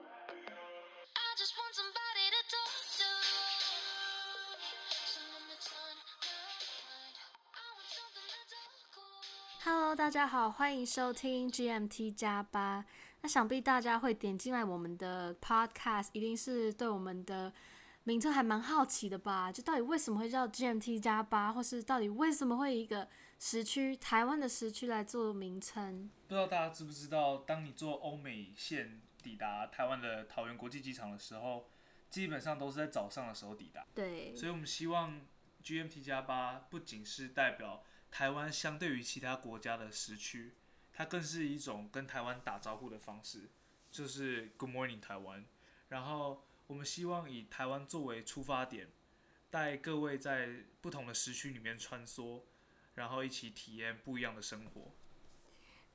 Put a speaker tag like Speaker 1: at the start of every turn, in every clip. Speaker 1: I just want somebody to talk to. Someone that's on my mind. I want something that's all cool.
Speaker 2: Hello，大家好，欢迎收听 GMT 加八。那想必大家会点进来我们的 Podcast，一定是对我们的名称还蛮好奇的吧？就到底为什么会叫 GMT 加八，或是到底为什么会以一个时区台湾的时区来做名称？
Speaker 3: 不知道大家知不知道，当你坐欧美线抵达台湾的桃园国际机场的时候，基本上都是在早上的时候抵达。
Speaker 2: 对，
Speaker 3: 所以我们希望 GMT 加八不仅是代表台湾相对于其他国家的时区，它更是一种跟台湾打招呼的方式，就是 Good morning 台湾。然后我们希望以台湾作为出发点，带各位在不同的时区里面穿梭，然后一起体验不一样的生活。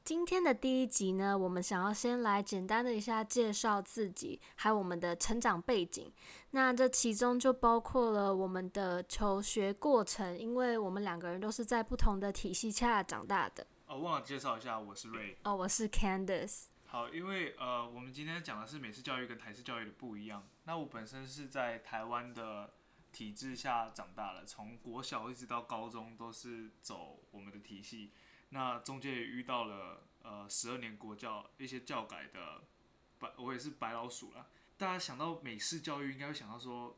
Speaker 2: 今天的第一集呢，我们想要先来简单的一下介绍自己，还有我们的成长背景。那这其中就包括了我们的求学过程，因为我们两个人都是在不同的体系下长大的。
Speaker 3: 哦，忘了介绍一下，我是 Ray。
Speaker 2: 哦，我是 Candice。
Speaker 3: 好，因为呃，我们今天讲的是美式教育跟台式教育的不一样。那我本身是在台湾的体制下长大的，从国小一直到高中都是走我们的体系。那中间也遇到了呃十二年国教一些教改的白，我也是白老鼠啦。大家想到美式教育，应该会想到说，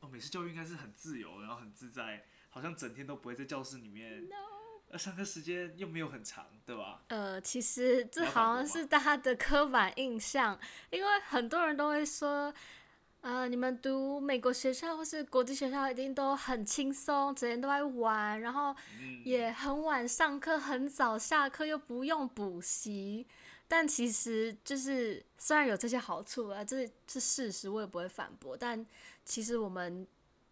Speaker 3: 哦，美式教育应该是很自由，然后很自在，好像整天都不会在教室里面，呃，上课时间又没有很长，对吧？
Speaker 2: 呃，其实这
Speaker 3: 你要反
Speaker 2: 好
Speaker 3: 驳
Speaker 2: 像
Speaker 3: 吗
Speaker 2: 是大家的刻板印象，因为很多人都会说，呃，你们读美国学校或是国际学校一定都很轻松，整天都在玩，然后
Speaker 3: 嗯，
Speaker 2: 也很晚上课，很早下课，又不用补习。但其实就是，虽然有这些好处啊，这是事实，我也不会反驳。但其实我们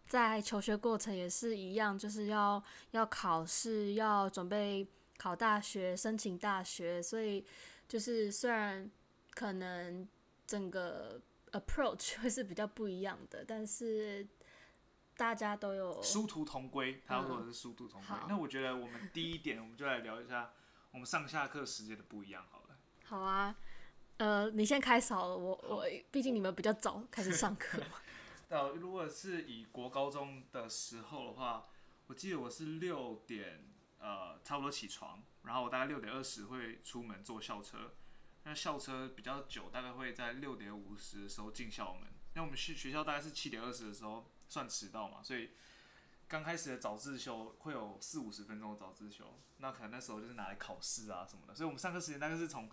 Speaker 2: 在求学过程也是一样，就是要要考试，要准备考大学、申请大学，所以就是虽然可能整个 approach 会是比较不一样的，但是大家都有
Speaker 3: 殊途同归，他说的是殊途同归。
Speaker 2: 好
Speaker 3: 那我觉得我们第一点，我们就来聊一下我们上下课时间的不一样好了。
Speaker 2: 好啊，呃，你先开始好了，我我毕竟你们比较早开始上课嘛。
Speaker 3: 那如果是以国高中的时候的话，我记得我是六点呃差不多起床，然后我大概六点二十会出门坐校车，那校车比较久，大概会在六点五十的时候进校门。那我们去学校大概是七点二十的时候算迟到嘛，所以刚开始的早自修会有四五十分钟的早自修，那可能那时候就是拿来考试啊什么的，所以我们上课时间大概是从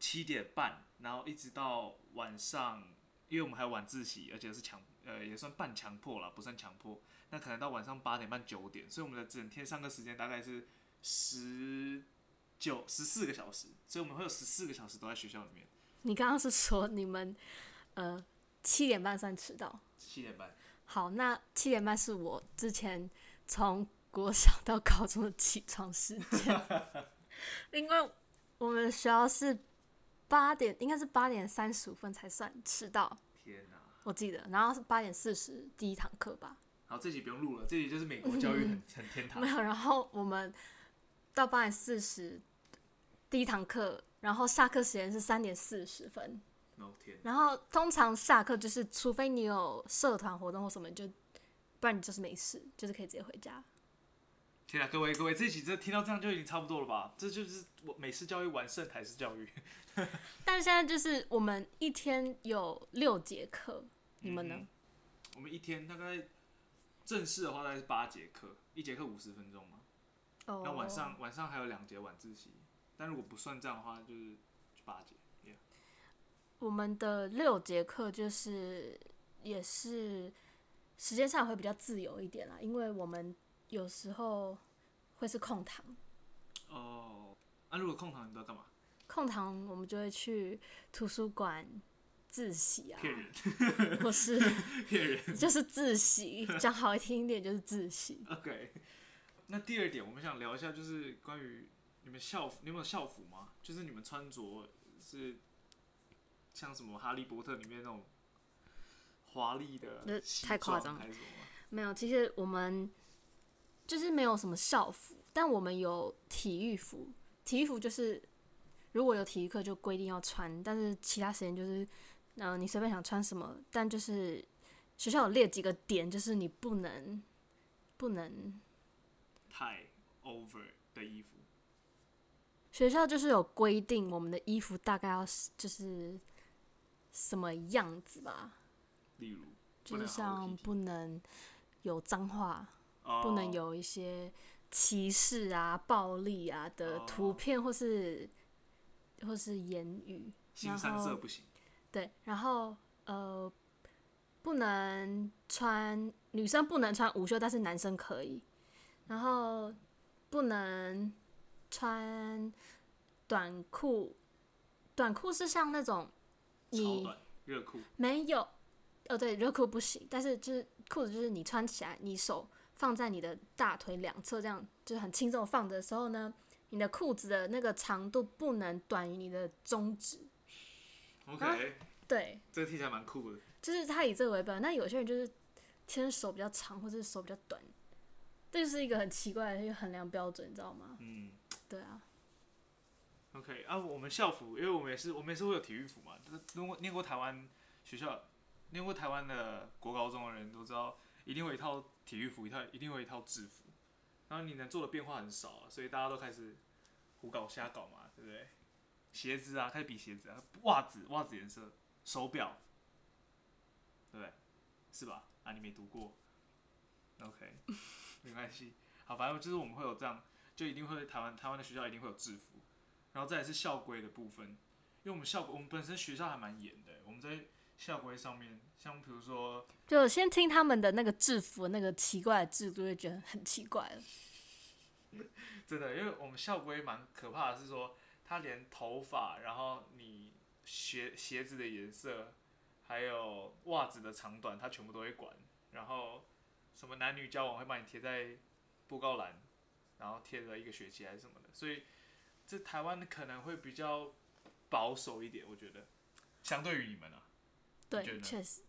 Speaker 3: 七点半，然后一直到晚上，因为我们还有晚自习，而且是强呃也算半强迫啦，不算强迫，那可能到晚上八点半九点，所以我们的整天上课时间大概是十九十四个小时，所以我们会有十四个小时都在学校里面。
Speaker 2: 你刚刚是说你们呃七点半算迟到？
Speaker 3: 七点半，
Speaker 2: 好，那七点半是我之前从国小到高中的起床时间，因为我们学校是八点，应该是八点三十五分才算迟到，
Speaker 3: 天哪！
Speaker 2: 我记得，然后是八点四十第一堂课吧。
Speaker 3: 好，这集不用录了，这集就是美国教育很很天堂
Speaker 2: 没。 有，然后我们到八点四十第一堂课，然后下课时间是三点四十分。
Speaker 3: 哦天，
Speaker 2: 然后通常下课就是，除非你有社团活动或什么，你就不然你就是没事，就是可以直接回家。
Speaker 3: 天哪！各位各位，这集这听到这样就已经差不多了吧？这就是我美式教育完胜台式教育。
Speaker 2: 但是现在就是我们一天有六节课，你们呢？
Speaker 3: 嗯我们一天大概正式的话大概是八节课，一节课五十分钟嘛。
Speaker 2: 哦
Speaker 3: 那晚上晚上还有两节晚自习，但如果不算这样的话，就是就八节。Yeah
Speaker 2: 我们的六节课就是也是时间上会比较自由一点啦，因为我们有时候会是空堂。
Speaker 3: 啊哦，那、如果空堂你都要干嘛？
Speaker 2: 空堂我们就会去图书馆自习啊，
Speaker 3: 骗人，
Speaker 2: 或是
Speaker 3: 骗人。
Speaker 2: 就是自习，讲好听一点就是自习。
Speaker 3: OK，那第二点，我们想聊一下，就是关于你们校服，你们有校服吗？就是你们穿着是像什么《哈利波特》里面那种华丽
Speaker 2: 那
Speaker 3: 的西
Speaker 2: 太夸
Speaker 3: 装
Speaker 2: 张了
Speaker 3: 还是什么吗？
Speaker 2: 没有，其实我们就是没有什么校服，但我们有体育服。体育服就是如果有体育课就规定要穿，但是其他时间就是，嗯、你随便想穿什么，但就是学校有列几个点，就是你不能不能。
Speaker 3: 太 over 的衣服，
Speaker 2: 学校就是有规定我们的衣服大概要是就是什么样子吧，
Speaker 3: 例如
Speaker 2: 就
Speaker 3: 不
Speaker 2: 是
Speaker 3: 能 Hello
Speaker 2: 像
Speaker 3: Kitty
Speaker 2: 不能有脏话，
Speaker 3: 哦
Speaker 2: 不能有一些歧视啊、暴力啊的
Speaker 3: 哦
Speaker 2: 图片或是、或是言语。
Speaker 3: 新
Speaker 2: 然
Speaker 3: 三色
Speaker 2: 后
Speaker 3: 不行，
Speaker 2: 对，然后呃，不能穿女生不能穿无袖，但是男生可以。然后不能穿短裤，短裤是像那种
Speaker 3: 超
Speaker 2: 你
Speaker 3: 短热裤
Speaker 2: 没有，哦对，热裤不行，但是就是裤子就是你穿起来，你手放在你的大腿两侧，这样就是很轻松地放着的时候呢，你的裤子的那个长度不能短于你的中指。
Speaker 3: ，OK，、
Speaker 2: 啊对，
Speaker 3: 这个听起来蛮酷的。
Speaker 2: 就是他以这个为本。那有些人就是天生手比较长，或者是手比较短，这就是一个很奇怪的一个衡量标准，你知道吗？
Speaker 3: 嗯
Speaker 2: 对啊，
Speaker 3: ，OK 啊，我们校服，因为我们也是我们也是会有体育服嘛，就是如果念过台湾学校，念过台湾的国高中的人都知道，一定会有一套体育服，一套一定会有一套制服，然后你能做的变化很少、啊，所以大家都开始胡搞瞎搞嘛，对不对？鞋子啊，开始比鞋子啊，袜子袜子颜色，手表，对不对？是吧？啊，你没读过，OK，没关系，好，反正就是我们会有这样，就一定会台湾台湾的学校一定会有制服，然后再来是校规的部分，因为我们校规我们本身学校还蛮严的，我们在校规上面，像比如说
Speaker 2: 就先听他们的那个制服那个奇怪的制度，就觉得很奇怪了。
Speaker 3: 真的，因为我们校规蛮可怕的是说，它连头发，然后你鞋鞋子的颜色，还有袜子的长短，它全部都会管。然后什么男女交往会帮你贴在布告栏，然后贴了一个学期还是什么的，所以这台湾可能会比较保守一点，我觉得，相对于你们啊，你觉得
Speaker 2: 对，
Speaker 3: 呢
Speaker 2: 确实，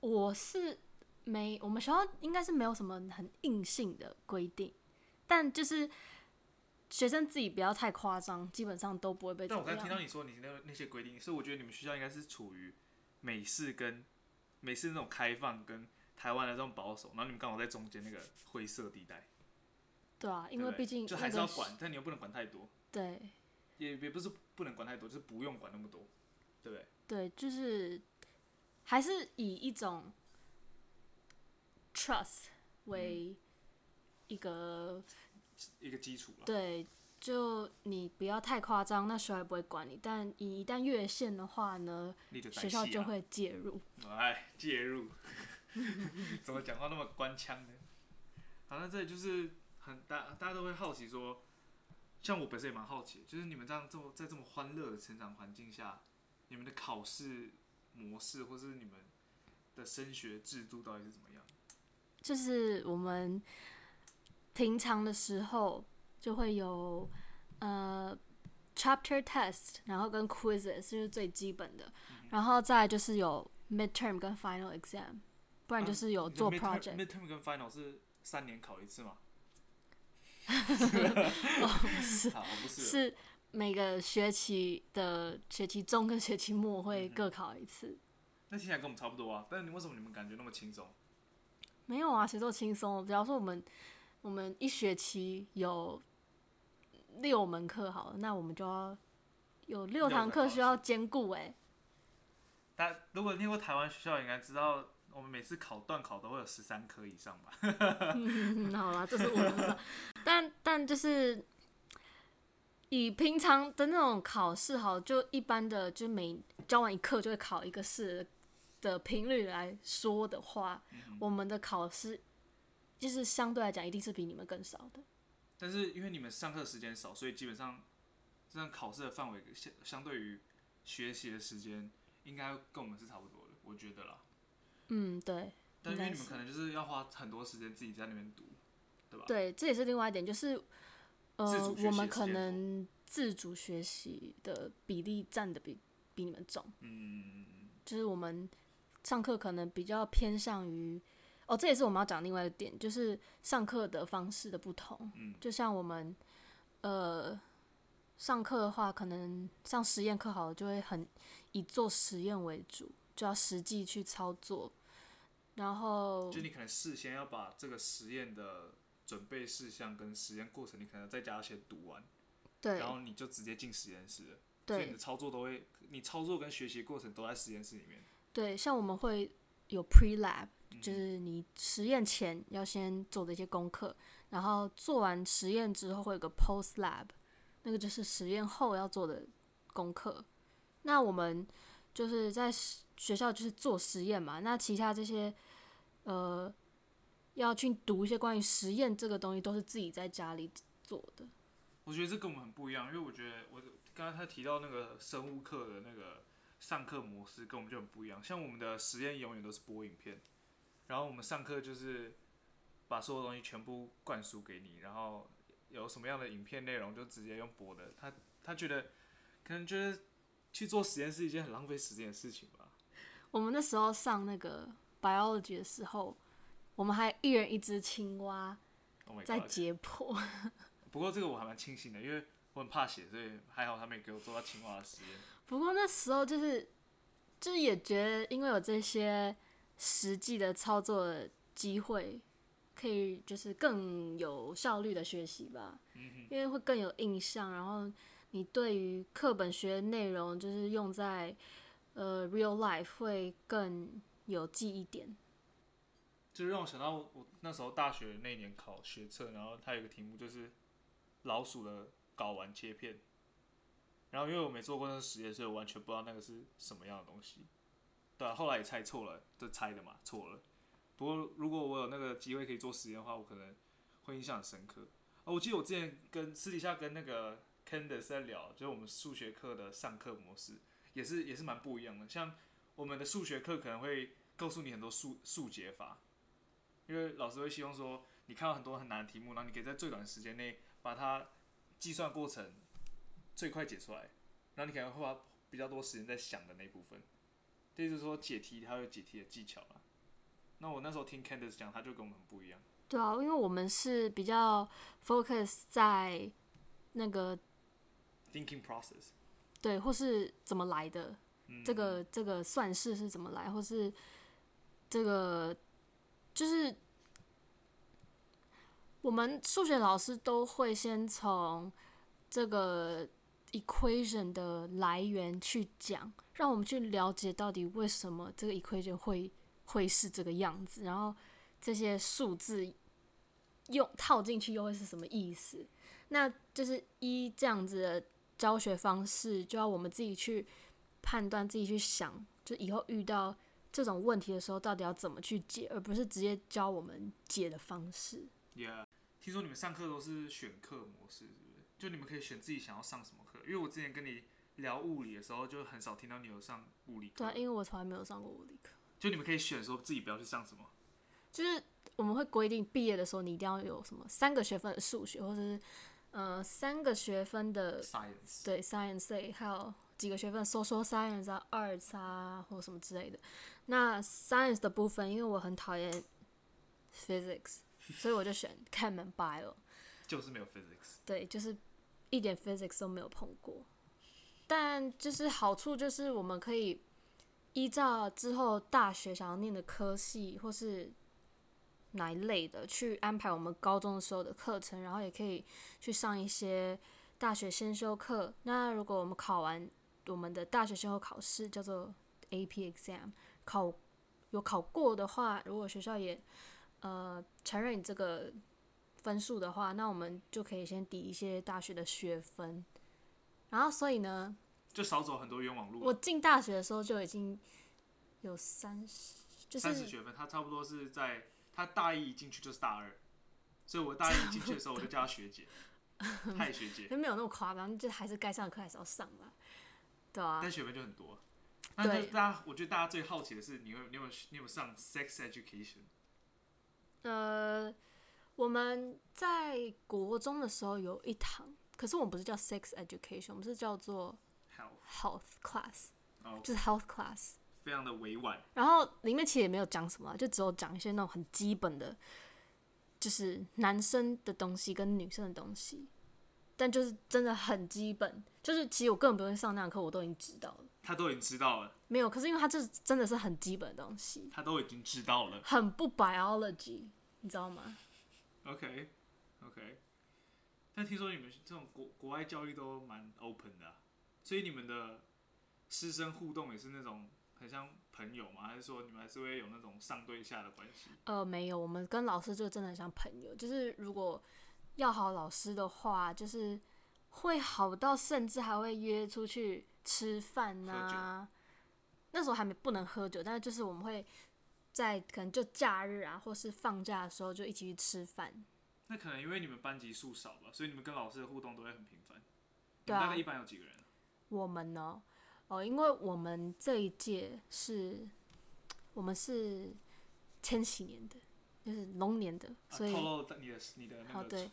Speaker 2: 我是没，我们学校应该是没有什么很硬性的规定，但就是学生自己不要太夸张，基本上都不会被哎怎
Speaker 3: 但我
Speaker 2: 么
Speaker 3: 刚才听到
Speaker 2: 样。
Speaker 3: 你说你那那些规定，所以我觉得你们学校应该是处于美式跟美式那种开放跟台湾的这种保守，然后你们刚好在中间那个灰色地带，
Speaker 2: 对啊，因
Speaker 3: 对
Speaker 2: 为
Speaker 3: 不对
Speaker 2: 毕竟
Speaker 3: 就
Speaker 2: 那
Speaker 3: 还是
Speaker 2: 个
Speaker 3: 要
Speaker 2: 是
Speaker 3: 管，但你又不能管太多，
Speaker 2: 对
Speaker 3: 也也不是不能管太多，就是不用管那么多，对不对？
Speaker 2: 对，就是还是以一种 trust
Speaker 3: 嗯
Speaker 2: 为一个、
Speaker 3: 一个基础了。
Speaker 2: 对，就你不要太夸张，那学校也不会管你。但你一旦越线的话呢，
Speaker 3: 你的啊
Speaker 2: 学校就会介入。
Speaker 3: 哎介入， 怎么讲话那么官腔呢？好，那这里就是很大，大家都会好奇说，像我本身也蛮好奇，就是你们这样这么在这么欢乐的成长环境下，你们的考试模式或是你们的升学制度到底是怎么样？
Speaker 2: 就是我们平常的时候就会有呃 chapter test，然后跟 quizzes 就是最基本的，然后再来就是有 midterm 跟 final exam，不
Speaker 3: 啊
Speaker 2: 然就是有做 project。
Speaker 3: m i d t e r m 跟 final 是三年考一 次吗？
Speaker 2: 哦是
Speaker 3: 好，不是，
Speaker 2: 是每个学期的学期中跟学期末会各考一次。
Speaker 3: 那听起来跟我们差不多啊，但是你为什么你们感觉那么轻松？
Speaker 2: 没有啊，谁说轻松？比方说我们我们一学期有六门课好了，那我们就要有六堂课需要兼顾哎、
Speaker 3: 大家如果念过台湾学校，应该知道我们每次考段考都会有十三科以上吧？
Speaker 2: 嗯，好啦，这是我的不知道，但但就是以平常的那种考试好，就一般的，就每教完一课就会考一个试的频率来说的话，我们的考试就是相对来讲一定是比你们更少的。
Speaker 3: 但是因为你们上课时间少，所以基本上这样考试的范围相相对于学习的时间应该跟我们是差不多的，我觉得啦。
Speaker 2: 嗯，对
Speaker 3: 但因为你
Speaker 2: 应
Speaker 3: 们
Speaker 2: 该是
Speaker 3: 可能就是要花很多时间自己在那边读，对吧？
Speaker 2: 对，这也是另外一点，就是
Speaker 3: 自
Speaker 2: 呃
Speaker 3: 主学，习
Speaker 2: 我
Speaker 3: 的
Speaker 2: 们
Speaker 3: 时
Speaker 2: 可
Speaker 3: 间哦多
Speaker 2: 能自主学习的比例占的比比你们重，
Speaker 3: 嗯，
Speaker 2: 就是我们上课可能比较偏向于，哦，这也是我们要讲另外一个点，就是上课的方式的不同。
Speaker 3: 嗯
Speaker 2: 就像我们呃上课的话，可能上实验课好了，就会很以做实验为主，就要实际去操作。然后
Speaker 3: 就你可能事先要把这个实验的准备事项跟实验过程，你可能在家先读完，
Speaker 2: 对
Speaker 3: 然后你就直接进实验室了，所以你
Speaker 2: 对
Speaker 3: 的操作都会，你操作跟学习过程都在实验室里面。
Speaker 2: 对，像我们会有 pre lab，
Speaker 3: 嗯
Speaker 2: 就是你实验前要先做的一些功课，然后做完实验之后会有个 post lab，那个就是实验后要做的功课。那我们就是在实学校就是做实验嘛，那其他这些呃要去读一些关于实验这个东西，都是自己在家里做的。
Speaker 3: 我觉得这跟我们很不一样，因为我觉得我刚刚他提到那个生物课的那个上课模式跟我们就很不一样，像我们的实验永远都是播影片，然后我们上课就是把所有东西全部灌输给你，然后有什么样的影片内容就直接用播的。他他觉得可能觉得去做实验是一件很浪费时间的事情吧。
Speaker 2: 我们那时候上那个 biology 的时候，我们还一人一只青蛙
Speaker 3: Oh my
Speaker 2: 在
Speaker 3: god！
Speaker 2: 解剖。
Speaker 3: 不过这个我还蛮庆幸的，因为我很怕血，所以还好他没给我做到青蛙的实验。
Speaker 2: 不过那时候就是，就是也觉得，因为有这些实际的操作的机会，可以就是更有效率的学习吧，
Speaker 3: 嗯
Speaker 2: 因为会更有印象。然后你对于课本学的内容，就是用在呃 real life 会更有记忆点。
Speaker 3: 就让我想到我那时候大学那一年考学测，然后它有一个题目就是老鼠的睾丸切片，然后因为我没做过那个实验，所以我完全不知道那个是什么样的东西。对啊、后来也猜错了，就猜的嘛，错了。不过如果我有那个机会可以做实验的话，我可能会印象很深刻。哦，我记得我之前跟私底下跟那个 Candice 在聊，就是我们数学课的上课模式也是也是蛮不一样的。像我们的数学课可能会告诉你很多数数解法，因为老师会希望说，你看到很多很难的题目，然后你可以在最短时间内把它计算过程最快解出来，然后你可能会花比较多时间在想的那一部分。这就是说解题它有解题的技巧啦。那我那时候听 Candice 讲，他就跟我们很不一样。
Speaker 2: 对啊，因为我们是比较 focus 在那个
Speaker 3: Thinking process，
Speaker 2: 对，或是怎么来的，
Speaker 3: 嗯，
Speaker 2: 这个这个算式是怎么来，或是这个就是我们数学老师都会先从这个 equation 的来源去讲，让我们去了解到底为什么这个 equation 会会是这个样子，然后这些数字用套进去又会是什么意思？那就是一这样子的教学方式，就要我们自己去判断自己去想，就以后遇到这种问题的时候，到底要怎么去解，而不是直接教我们解的方式。
Speaker 3: Yeah，听说你们上课都是选课模式，是不是？就你们可以选自己想要上什么课。因为我之前跟你聊物理的时候，就很少听到你有上物理课。
Speaker 2: 对啊，因为我从来没有上过物理课，
Speaker 3: 就你们可以选说自己不要去上什么。
Speaker 2: 就是我们会规定毕业的时候你一定要有什么三个学分的数学，或者是呃三个学分的
Speaker 3: science。
Speaker 2: 对 science类，还有几个学分 social science 啊、arts 啊或什么之类的。那 science 的部分，因为我很讨厌 physics，所以我就选 chem and bio。
Speaker 3: 就是没有 physics。
Speaker 2: 对，就是一点 physics 都没有碰过。但就是好处就是我们可以依照之后大学想要念的科系或是哪一类的去安排我们高中的时候的课程，然后也可以去上一些大学先修课。那如果我们考完我们的大学先修考试，叫做 AP exam，考有考过的话，如果学校也呃承认你这个分数的话，那我们就可以先抵一些大学的学分。然后，所以呢，
Speaker 3: 就少走很多冤枉路
Speaker 2: 我
Speaker 3: 啊。
Speaker 2: 进大学的时候就已经有三十，就
Speaker 3: 三十
Speaker 2: 是
Speaker 3: 学分，他差不多是在他大一一进去就是大二，所以我大一一进去的时候我就叫他学姐，嗨 学姐，
Speaker 2: 没有那么夸张，就还是该上的课还是要上啦，对啊
Speaker 3: 但。学分就很多。那就
Speaker 2: 对
Speaker 3: 大家，我觉得大家最好奇的是，你有你有没有你有没有上 sex education？
Speaker 2: 呃，我们在国中的时候有一堂，可是我们不是叫 sex education，我们是叫做
Speaker 3: 好，
Speaker 2: health class，
Speaker 3: 哦，
Speaker 2: 就是 health class。
Speaker 3: 非常的委婉，
Speaker 2: 然后里面其实也没有讲什么啊，就只有讲一些那种很基本的，就是男生的东西跟女生的东西，但就是真的很基本，就是其实我根本不用上那堂课，我都已经知道了。
Speaker 3: 他都已经知道了，
Speaker 2: 没有，可是因为它这真的是很基本的东西，
Speaker 3: 他都已经知道了。
Speaker 2: 很不 biology，你知道吗？
Speaker 3: OK OK，但听说你们这种国国外教育都蛮 open 的啊、所以你们的师生互动也是那种很像朋友吗？还是说你们还是会有那种上对下的关系？
Speaker 2: 呃，没有，我们跟老师就真的很像朋友，就是如果要好老师的话，就是会好到甚至还会约出去吃饭呐、那时候还没不能喝酒，但是就是我们会在可能就假日啊，或是放假的时候就一起去吃饭。
Speaker 3: 那可能因为你们班级数少吧，所以你们跟老师的互动都会很频繁。你
Speaker 2: 对
Speaker 3: 们
Speaker 2: 啊
Speaker 3: 大概一般有几个人啊？
Speaker 2: 我们呢，哦，因为我们这一届是，我们是千禧年的，就是龙年的，
Speaker 3: 啊
Speaker 2: 所以、
Speaker 3: 透露你的你的那
Speaker 2: 哦
Speaker 3: 个
Speaker 2: 对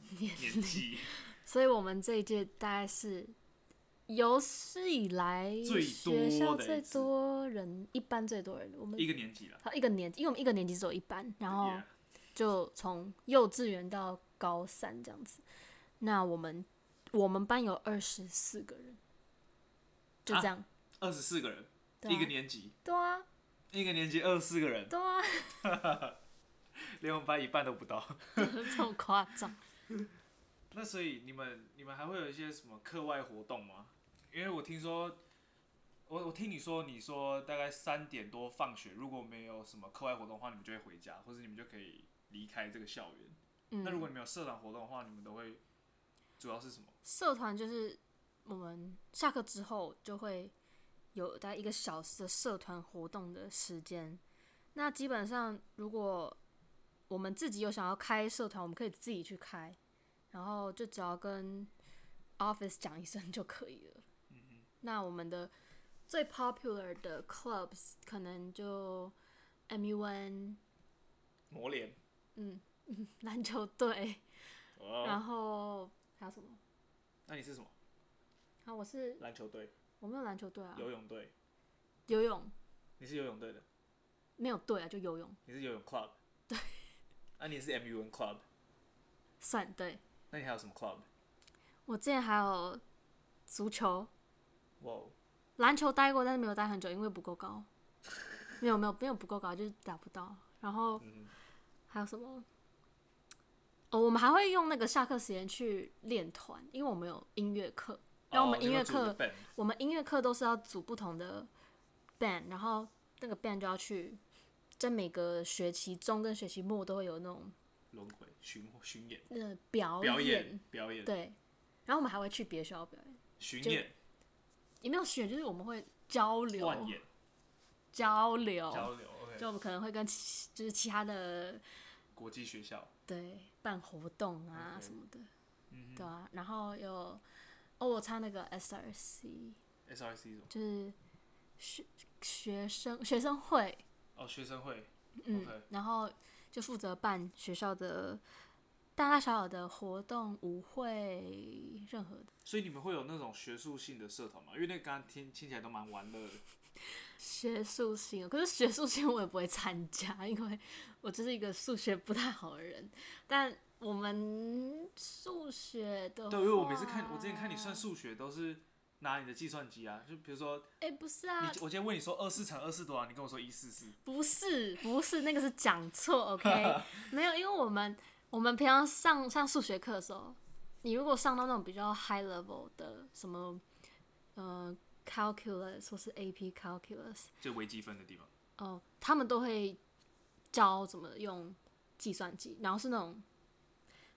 Speaker 3: 你的年纪
Speaker 2: 所以我们这一届大概是有史以来
Speaker 3: 最
Speaker 2: 学
Speaker 3: 多
Speaker 2: 校
Speaker 3: 的一
Speaker 2: 最
Speaker 3: 次
Speaker 2: 多人，一班最多人。我们
Speaker 3: 一个年级了。
Speaker 2: 好一个年，因为我们一个年级只有一班，然后
Speaker 3: Yeah，
Speaker 2: 就从幼稚园到高三这样子。那我们我们班有二十四个人，就
Speaker 3: 啊
Speaker 2: 这 样。
Speaker 3: 二十四个人，
Speaker 2: 对
Speaker 3: 一个
Speaker 2: 啊，
Speaker 3: 年级，
Speaker 2: 对啊，
Speaker 3: 一个年级二十四个人，
Speaker 2: 对啊，
Speaker 3: 连我们班一半都不到。
Speaker 2: 这么夸张。
Speaker 3: 那所以你们你们还会有一些什么课外活动吗？因为我听说，我我听你说，你说大概三点多放学，如果没有什么课外活动的话，你们就会回家，或者你们就可以离开这个校园。那如
Speaker 2: 嗯，
Speaker 3: 果你们有社团活动的话，你们都会主要是什么？
Speaker 2: 社团就是我们下课之后就会有大概一个小时的社团活动的时间。那基本上，如果我们自己有想要开社团，我们可以自己去开，然后就只要跟 office 讲一声就可以了。
Speaker 3: 嗯
Speaker 2: 那我们的最 popular 的 clubs 可能就 MUN
Speaker 3: 磨脸。
Speaker 2: 篮球队，
Speaker 3: 哦，
Speaker 2: 然后还有什么？
Speaker 3: 那你是什么？
Speaker 2: 啊，我是
Speaker 3: 篮球队、
Speaker 2: 我没有篮球队啊，
Speaker 3: 游泳队？
Speaker 2: 游泳
Speaker 3: 你是游泳队的，
Speaker 2: 没有对啊，就游泳
Speaker 3: 你是游泳 club。对。那、你是 MUN club，
Speaker 2: 算对。
Speaker 3: 那你还有什么 club？
Speaker 2: 我之前还有足球、
Speaker 3: 哇哦，
Speaker 2: 篮球待过，但是没有待很久，因为不够高。没有没有没有不够高，就是打不到。然后
Speaker 3: 嗯哼，
Speaker 2: 还有什么？哦，我们还会用那个下课时间去练团，因为我们有音乐课。然后我们
Speaker 3: 哦你
Speaker 2: 音乐
Speaker 3: 有组
Speaker 2: 课
Speaker 3: 个 band
Speaker 2: 我们音乐课都是要组不同的 band，然后那个 band 就要去在每个学期中跟学期末都会有那种
Speaker 3: 轮回巡巡演。
Speaker 2: 呃表
Speaker 3: 表演表演
Speaker 2: 对，然后我们还会去别学校表演，
Speaker 3: 巡
Speaker 2: 就
Speaker 3: 演
Speaker 2: 也没有选，就是我们会交流
Speaker 3: 换演
Speaker 2: 交流，
Speaker 3: 交流，OK，
Speaker 2: 哦就我们可能会跟其就是其他的
Speaker 3: 国际学校
Speaker 2: 对办活动啊
Speaker 3: OK 嗯
Speaker 2: 什么的对啊，然后有哦我参那个 SRC
Speaker 3: SRC 什
Speaker 2: 嗯
Speaker 3: 么
Speaker 2: 就是学学生学生会，
Speaker 3: 哦学生会
Speaker 2: 嗯
Speaker 3: OK
Speaker 2: 然后就负责办学校的大大小小的活动、舞会，任何的。
Speaker 3: 所以你们会有那种学术性的社团吗？因为那个刚刚听听起来都蛮玩乐的，
Speaker 2: 学术性，可是学术性我也不会参加，因为我就是一个数学不太好的人。但我们数学的话，
Speaker 3: 对，因为我每次看我之前看你算，数学都是拿你的计算机啊，就比如说
Speaker 2: 哎、不是
Speaker 3: 你
Speaker 2: 啊，
Speaker 3: 我今天问你说二四乘二四多少，你跟我说一四四，
Speaker 2: 不是，不是，那个是讲 错，OK，没有，因为我们我们平常上上数学课的时候，你如果上到那种比较 high level 的什么，呃，calculus 或是 AP calculus，
Speaker 3: 就微积分的地方。
Speaker 2: 哦，他们都会教怎么用计算机，然后是那种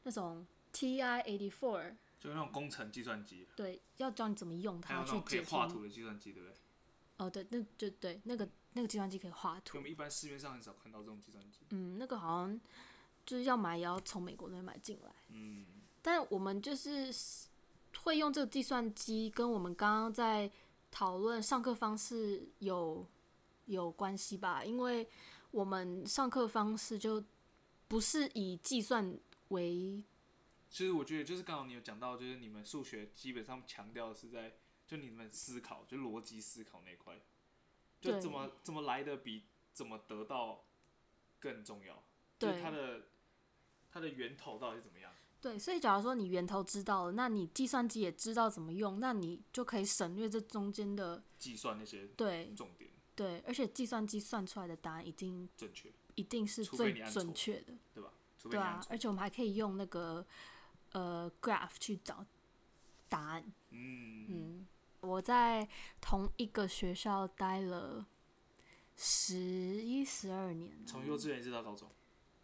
Speaker 2: 那种 TI eighty four，
Speaker 3: 就那种工程计算机，
Speaker 2: 对，要教你怎么用
Speaker 3: 还有
Speaker 2: 它去
Speaker 3: 那种可以
Speaker 2: 解决
Speaker 3: 画
Speaker 2: 你。
Speaker 3: 图的计算机，对不对？
Speaker 2: 哦，对，那就对，那个那个计算机可以画
Speaker 3: 我
Speaker 2: 图，
Speaker 3: 们一般市面上很少看到这种计算机。
Speaker 2: 嗯，那个好像就是要买也要从美国那边买进来，
Speaker 3: 嗯，
Speaker 2: 但我们就是会用这个计算机，跟我们刚刚在讨论上课方式有有关系吧，因为我们上课方式就不是以计算为
Speaker 3: 其实我觉得就是刚好你有讲到，就是你们数学基本上强调的是在就你们思考，就逻辑思考那一块，就
Speaker 2: 对
Speaker 3: 怎么怎么来的比怎么得到更重要，就
Speaker 2: 对
Speaker 3: 是它的它的源头到底是怎么样？
Speaker 2: 对，所以假如说你源头知道了，那你计算机也知道怎么用，那你就可以省略这中间的
Speaker 3: 计算那些
Speaker 2: 对
Speaker 3: 重点
Speaker 2: 对，而且计算机算出来的答案一定
Speaker 3: 正确，
Speaker 2: 一定是
Speaker 3: 除非
Speaker 2: 最
Speaker 3: 你按错
Speaker 2: 准确的，
Speaker 3: 对吧？除非
Speaker 2: 对
Speaker 3: 你按
Speaker 2: 啊
Speaker 3: 错，，
Speaker 2: 而且我们还可以用那个呃 graph 去找答案。
Speaker 3: 嗯
Speaker 2: 嗯，我在同一个学校待了十一十二年了，
Speaker 3: 从幼稚园一直到高中，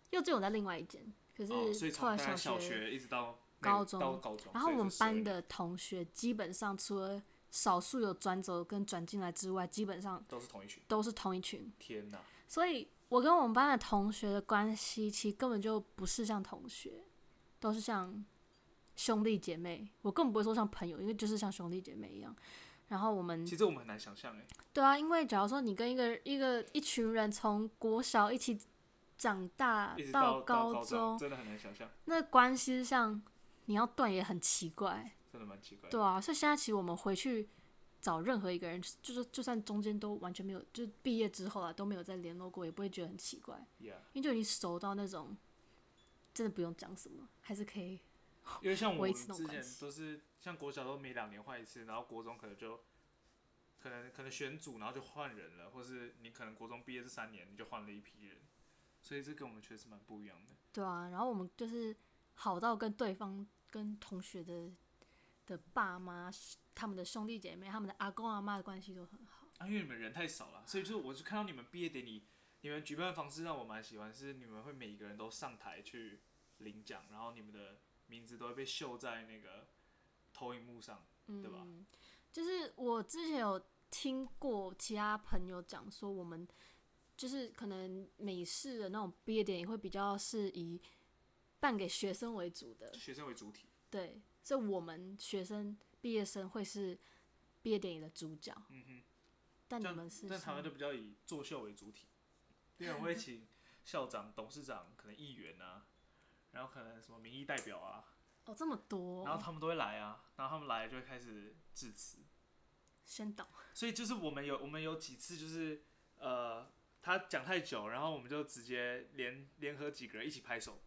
Speaker 2: 幼稚园我在另外一间，可嗯是
Speaker 3: 哦，所以
Speaker 2: 后
Speaker 3: 从
Speaker 2: 来
Speaker 3: 大概
Speaker 2: 小
Speaker 3: 小学一直到那个
Speaker 2: 高中
Speaker 3: 到高中，
Speaker 2: 然后
Speaker 3: 所以
Speaker 2: 我们
Speaker 3: 是12
Speaker 2: 班
Speaker 3: 年
Speaker 2: 的同学基本上除了少数有转走跟转进来之外，基本上
Speaker 3: 都是同一群，
Speaker 2: 都是同一群，
Speaker 3: 天哪，
Speaker 2: 所以我跟我们班的同学的关系其实根本就不是像同学，都是像兄弟姐妹。我根本不会说像朋友，因为就是像兄弟姐妹一样。然后我们
Speaker 3: 其实我们很难想象哎，
Speaker 2: 对啊，因为假如说你跟一个一个一群人从国小一起长大
Speaker 3: 一直
Speaker 2: 到
Speaker 3: 高
Speaker 2: 高
Speaker 3: 中
Speaker 2: 中，
Speaker 3: 真的很难想象，
Speaker 2: 那关系像你要断也很奇怪，
Speaker 3: 真的蛮奇怪的。
Speaker 2: 对啊，所以现在其实我们回去找任何一个人，就是就算中间都完全没有，就是毕业之后啊都没有再联络过，也不会觉得很奇怪，
Speaker 3: Yeah，
Speaker 2: 因为就已经熟到那种真的不用讲什么，还是可以。
Speaker 3: 因为像我
Speaker 2: 维
Speaker 3: 们
Speaker 2: 持那种
Speaker 3: 之前
Speaker 2: 关系
Speaker 3: 都是像国小都每两年换一次，然后国中可能就可能可能选组，然后就换人了，或是你可能国中毕业这三年你就换了一批人，所以这跟我们确实蛮不一样的。
Speaker 2: 对啊，然后我们就是好到跟对方、跟同学的的爸妈、他们的兄弟姐妹、他们的阿公阿妈的关系都很好。
Speaker 3: 啊，因为你们人太少了，所以就是我就看到你们毕业典礼，你们举办的方式让我蛮喜欢，是你们会每一个人都上台去领奖，然后你们的名字都会被绣在那个投影幕上，对吧？
Speaker 2: 嗯，就是我之前有听过其他朋友讲说，我们就是可能美式的那种毕业典礼会比较是以办给学生为主的，
Speaker 3: 学生为主体，
Speaker 2: 对，所以我们学生毕业生会是毕业典礼的主角，
Speaker 3: 嗯哼。
Speaker 2: 但你
Speaker 3: 像
Speaker 2: 们是
Speaker 3: 但台湾
Speaker 2: 像
Speaker 3: 就比较以作秀为主 体，因为我会请校长、董事长、可能议员啊，然后可能什么民意代表啊，
Speaker 2: 哦这么多
Speaker 3: 然后他们都会来啊，然后他们来就会开始致辞，
Speaker 2: 宣导，
Speaker 3: 所以就是我们有我们有几次就是呃，他讲太久，然后我们就直接联联合几个人一起拍手，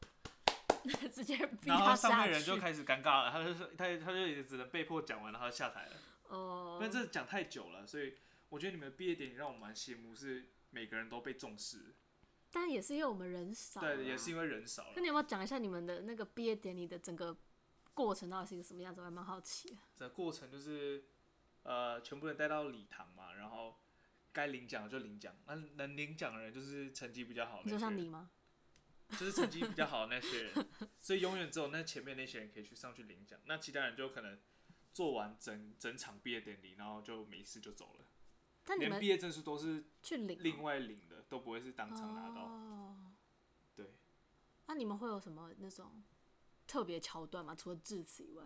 Speaker 2: 直接逼
Speaker 3: 然后
Speaker 2: 他
Speaker 3: 上
Speaker 2: 下去。
Speaker 3: 面人就开始尴尬了，他就说他他就也只能被迫讲完，然后下台了。
Speaker 2: 哦
Speaker 3: 因，为这讲太久了，所以我觉得你们的毕业典礼让我蛮羡慕，是每个人都被重视。
Speaker 2: 但也是因为我们人少啦，
Speaker 3: 对，也是因为人少
Speaker 2: 那
Speaker 3: 了，
Speaker 2: 你有没有讲一下你们的那个毕业典礼的整个过程到底是一个什么样子？我还蛮好奇的。
Speaker 3: 整个过程就是呃，全部人带到礼堂嘛，然后该领奖的就领奖，那能领奖的人就是成绩比较好的
Speaker 2: 你
Speaker 3: 那
Speaker 2: 说
Speaker 3: 些
Speaker 2: 像
Speaker 3: 人，
Speaker 2: 你吗？
Speaker 3: 就是成绩比较好的那些 人，所以永远只有那前面那些人可以去上去领奖，那其他人就可能做完整整场毕业典礼，然后就没事就走了，
Speaker 2: 但你
Speaker 3: 连
Speaker 2: 们
Speaker 3: 毕业证书都是
Speaker 2: 去领啊
Speaker 3: 另外领的，都不会是当场拿到，
Speaker 2: 哦，
Speaker 3: 对。
Speaker 2: 那你们会有什么那种特别桥段吗？除了致辞以外，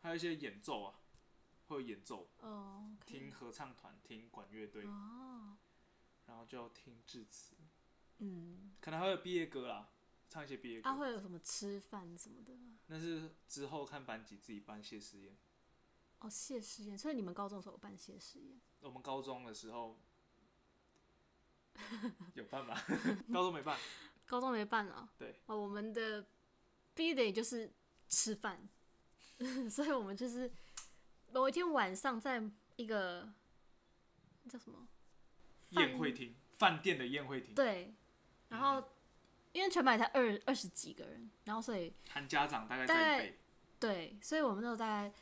Speaker 3: 还有一些演奏啊，会有演奏，
Speaker 2: 哦，OK，
Speaker 3: 听合唱团，听管乐队，
Speaker 2: 哦，
Speaker 3: 然后就听致辞，
Speaker 2: 嗯，
Speaker 3: 可能还会有毕业歌啦，唱一些毕业歌。
Speaker 2: 啊，会有什么吃饭什么的吗？
Speaker 3: 那是之后看班级自己办谢师宴。
Speaker 2: 哦，谢师宴，所以你们高中的时候有办谢师宴，
Speaker 3: 我们高中的时 候有办吗？高中没办，
Speaker 2: 高中没办啊。
Speaker 3: 对，
Speaker 2: 哦，我们的毕业典礼就是吃饭， 所以我们就是某一天晚上在一个那叫什么饭
Speaker 3: 宴会厅，饭店的宴会厅，
Speaker 2: 对，然后、因为全班也才二二十几个人，然后所以
Speaker 3: 含家长大概在一倍。
Speaker 2: 对，所以我们都大概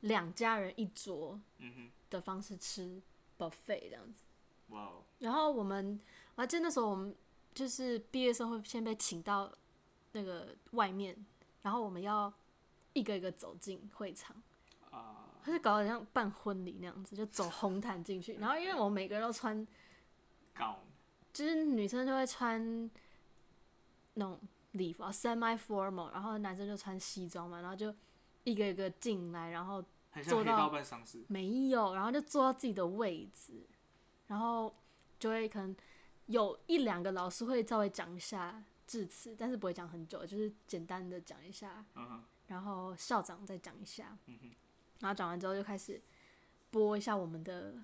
Speaker 2: 两家人一桌
Speaker 3: 嗯
Speaker 2: 的方式吃 buffet 这样子。
Speaker 3: 哼，哇哦，
Speaker 2: 然后我们我还记得那时候我们就是毕业生会先被请到那个外面，然后我们要一个一个走进会场，
Speaker 3: 啊、
Speaker 2: 他就搞得像办婚礼那样子，就走红毯进去。然后因为我们每个人都穿，
Speaker 3: 搞
Speaker 2: 就是女生就会穿那种礼服啊，semi formal，然后男生就穿西装嘛，然后就一个一个进来，然后
Speaker 3: 很像
Speaker 2: 做
Speaker 3: 黑
Speaker 2: 到
Speaker 3: 道办丧事。
Speaker 2: 没有，然后就坐到自己的位置，然后就会可能有一两个老师会稍微讲一下致辞，但是不会讲很久，就是简单的讲一下，
Speaker 3: 嗯哼，
Speaker 2: 然后校长再讲一下，
Speaker 3: 嗯哼
Speaker 2: 然后讲完之后就开始播一下我们的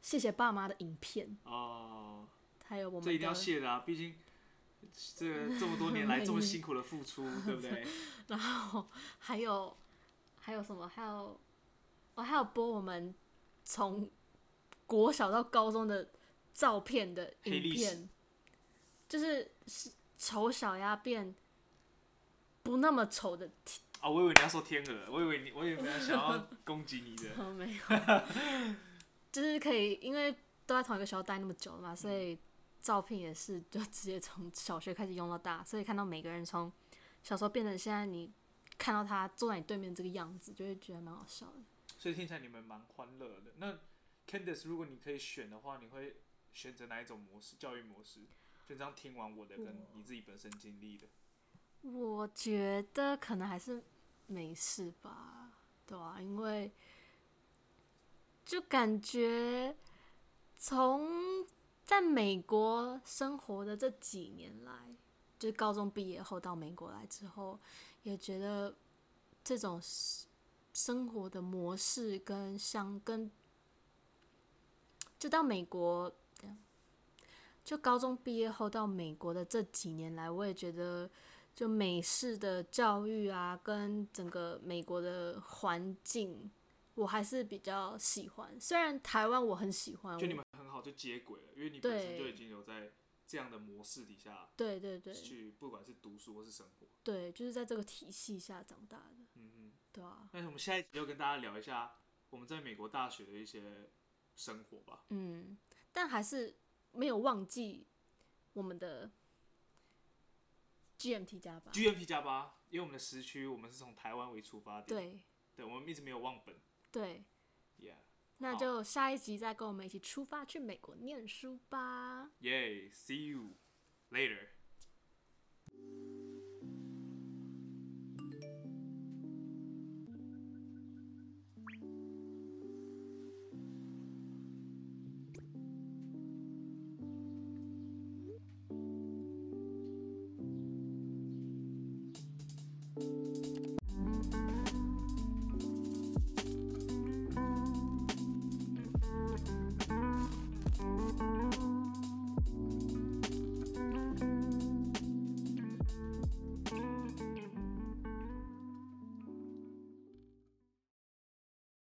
Speaker 2: 谢谢爸妈的影片，
Speaker 3: 哦，
Speaker 2: 还有我
Speaker 3: 这
Speaker 2: 们
Speaker 3: 一定要
Speaker 2: 的，
Speaker 3: 谢的啊，毕竟这个这么多年来
Speaker 2: 没
Speaker 3: 这么辛苦的 付出，对不对？
Speaker 2: 然后还有还有什么？还有我、还有播我们从国小到高中的照片的
Speaker 3: 黑
Speaker 2: 影
Speaker 3: 历史
Speaker 2: 片，就是是丑小鸭变不那么丑的
Speaker 3: 啊，我以为你要说天鹅，我以为你，我以为你要想要攻击你的。
Speaker 2: 哦，没有，就是可以，因为都在同一个学校待那么久了嘛，所以照片也是就直接从小学开始用到大，所以看到每个人从小时候变成现在你看到他坐在你对面这个样子，就会觉得蛮好笑的。
Speaker 3: 所以听起来你们蛮欢乐的。那 Candice，如果你可以选的话，你会选择哪一种模式？教育模式？就这样听完我的跟你自己本身经历的，
Speaker 2: 我觉得可能还是没事吧，对啊，因为就感觉从在美国生活的这几年来，就是高中毕业后到美国来之后，也觉得这种 s- 生活的模式跟相跟就到美国，就高中毕业后到美国的这几年来，我也觉得。就美式的教育啊，跟整个美国的环境，我还是比较喜欢。虽然台湾我很喜欢，
Speaker 3: 就你
Speaker 2: 我
Speaker 3: 们很好就接轨了，因为你本身就
Speaker 2: 对
Speaker 3: 已经有在这样的模式底下
Speaker 2: 对对对
Speaker 3: 去，不管是读书或是生活。
Speaker 2: 对，就是在这个体系下长大的，
Speaker 3: 嗯哼，
Speaker 2: 对啊，
Speaker 3: 那我们下一集要跟大家聊一下我们在美国大学的一些生活吧。
Speaker 2: 嗯，但还是没有忘记我们的 GMT 加吧，
Speaker 3: GMP 加八，因为我们的时区我们是从台湾为出发点，，
Speaker 2: 对
Speaker 3: 对，我们一直没有忘本
Speaker 2: 对，
Speaker 3: ，Yeah，
Speaker 2: 那
Speaker 3: 好
Speaker 2: 就下一集再跟我们一起出发去美国念书吧。
Speaker 3: 耶，See you later。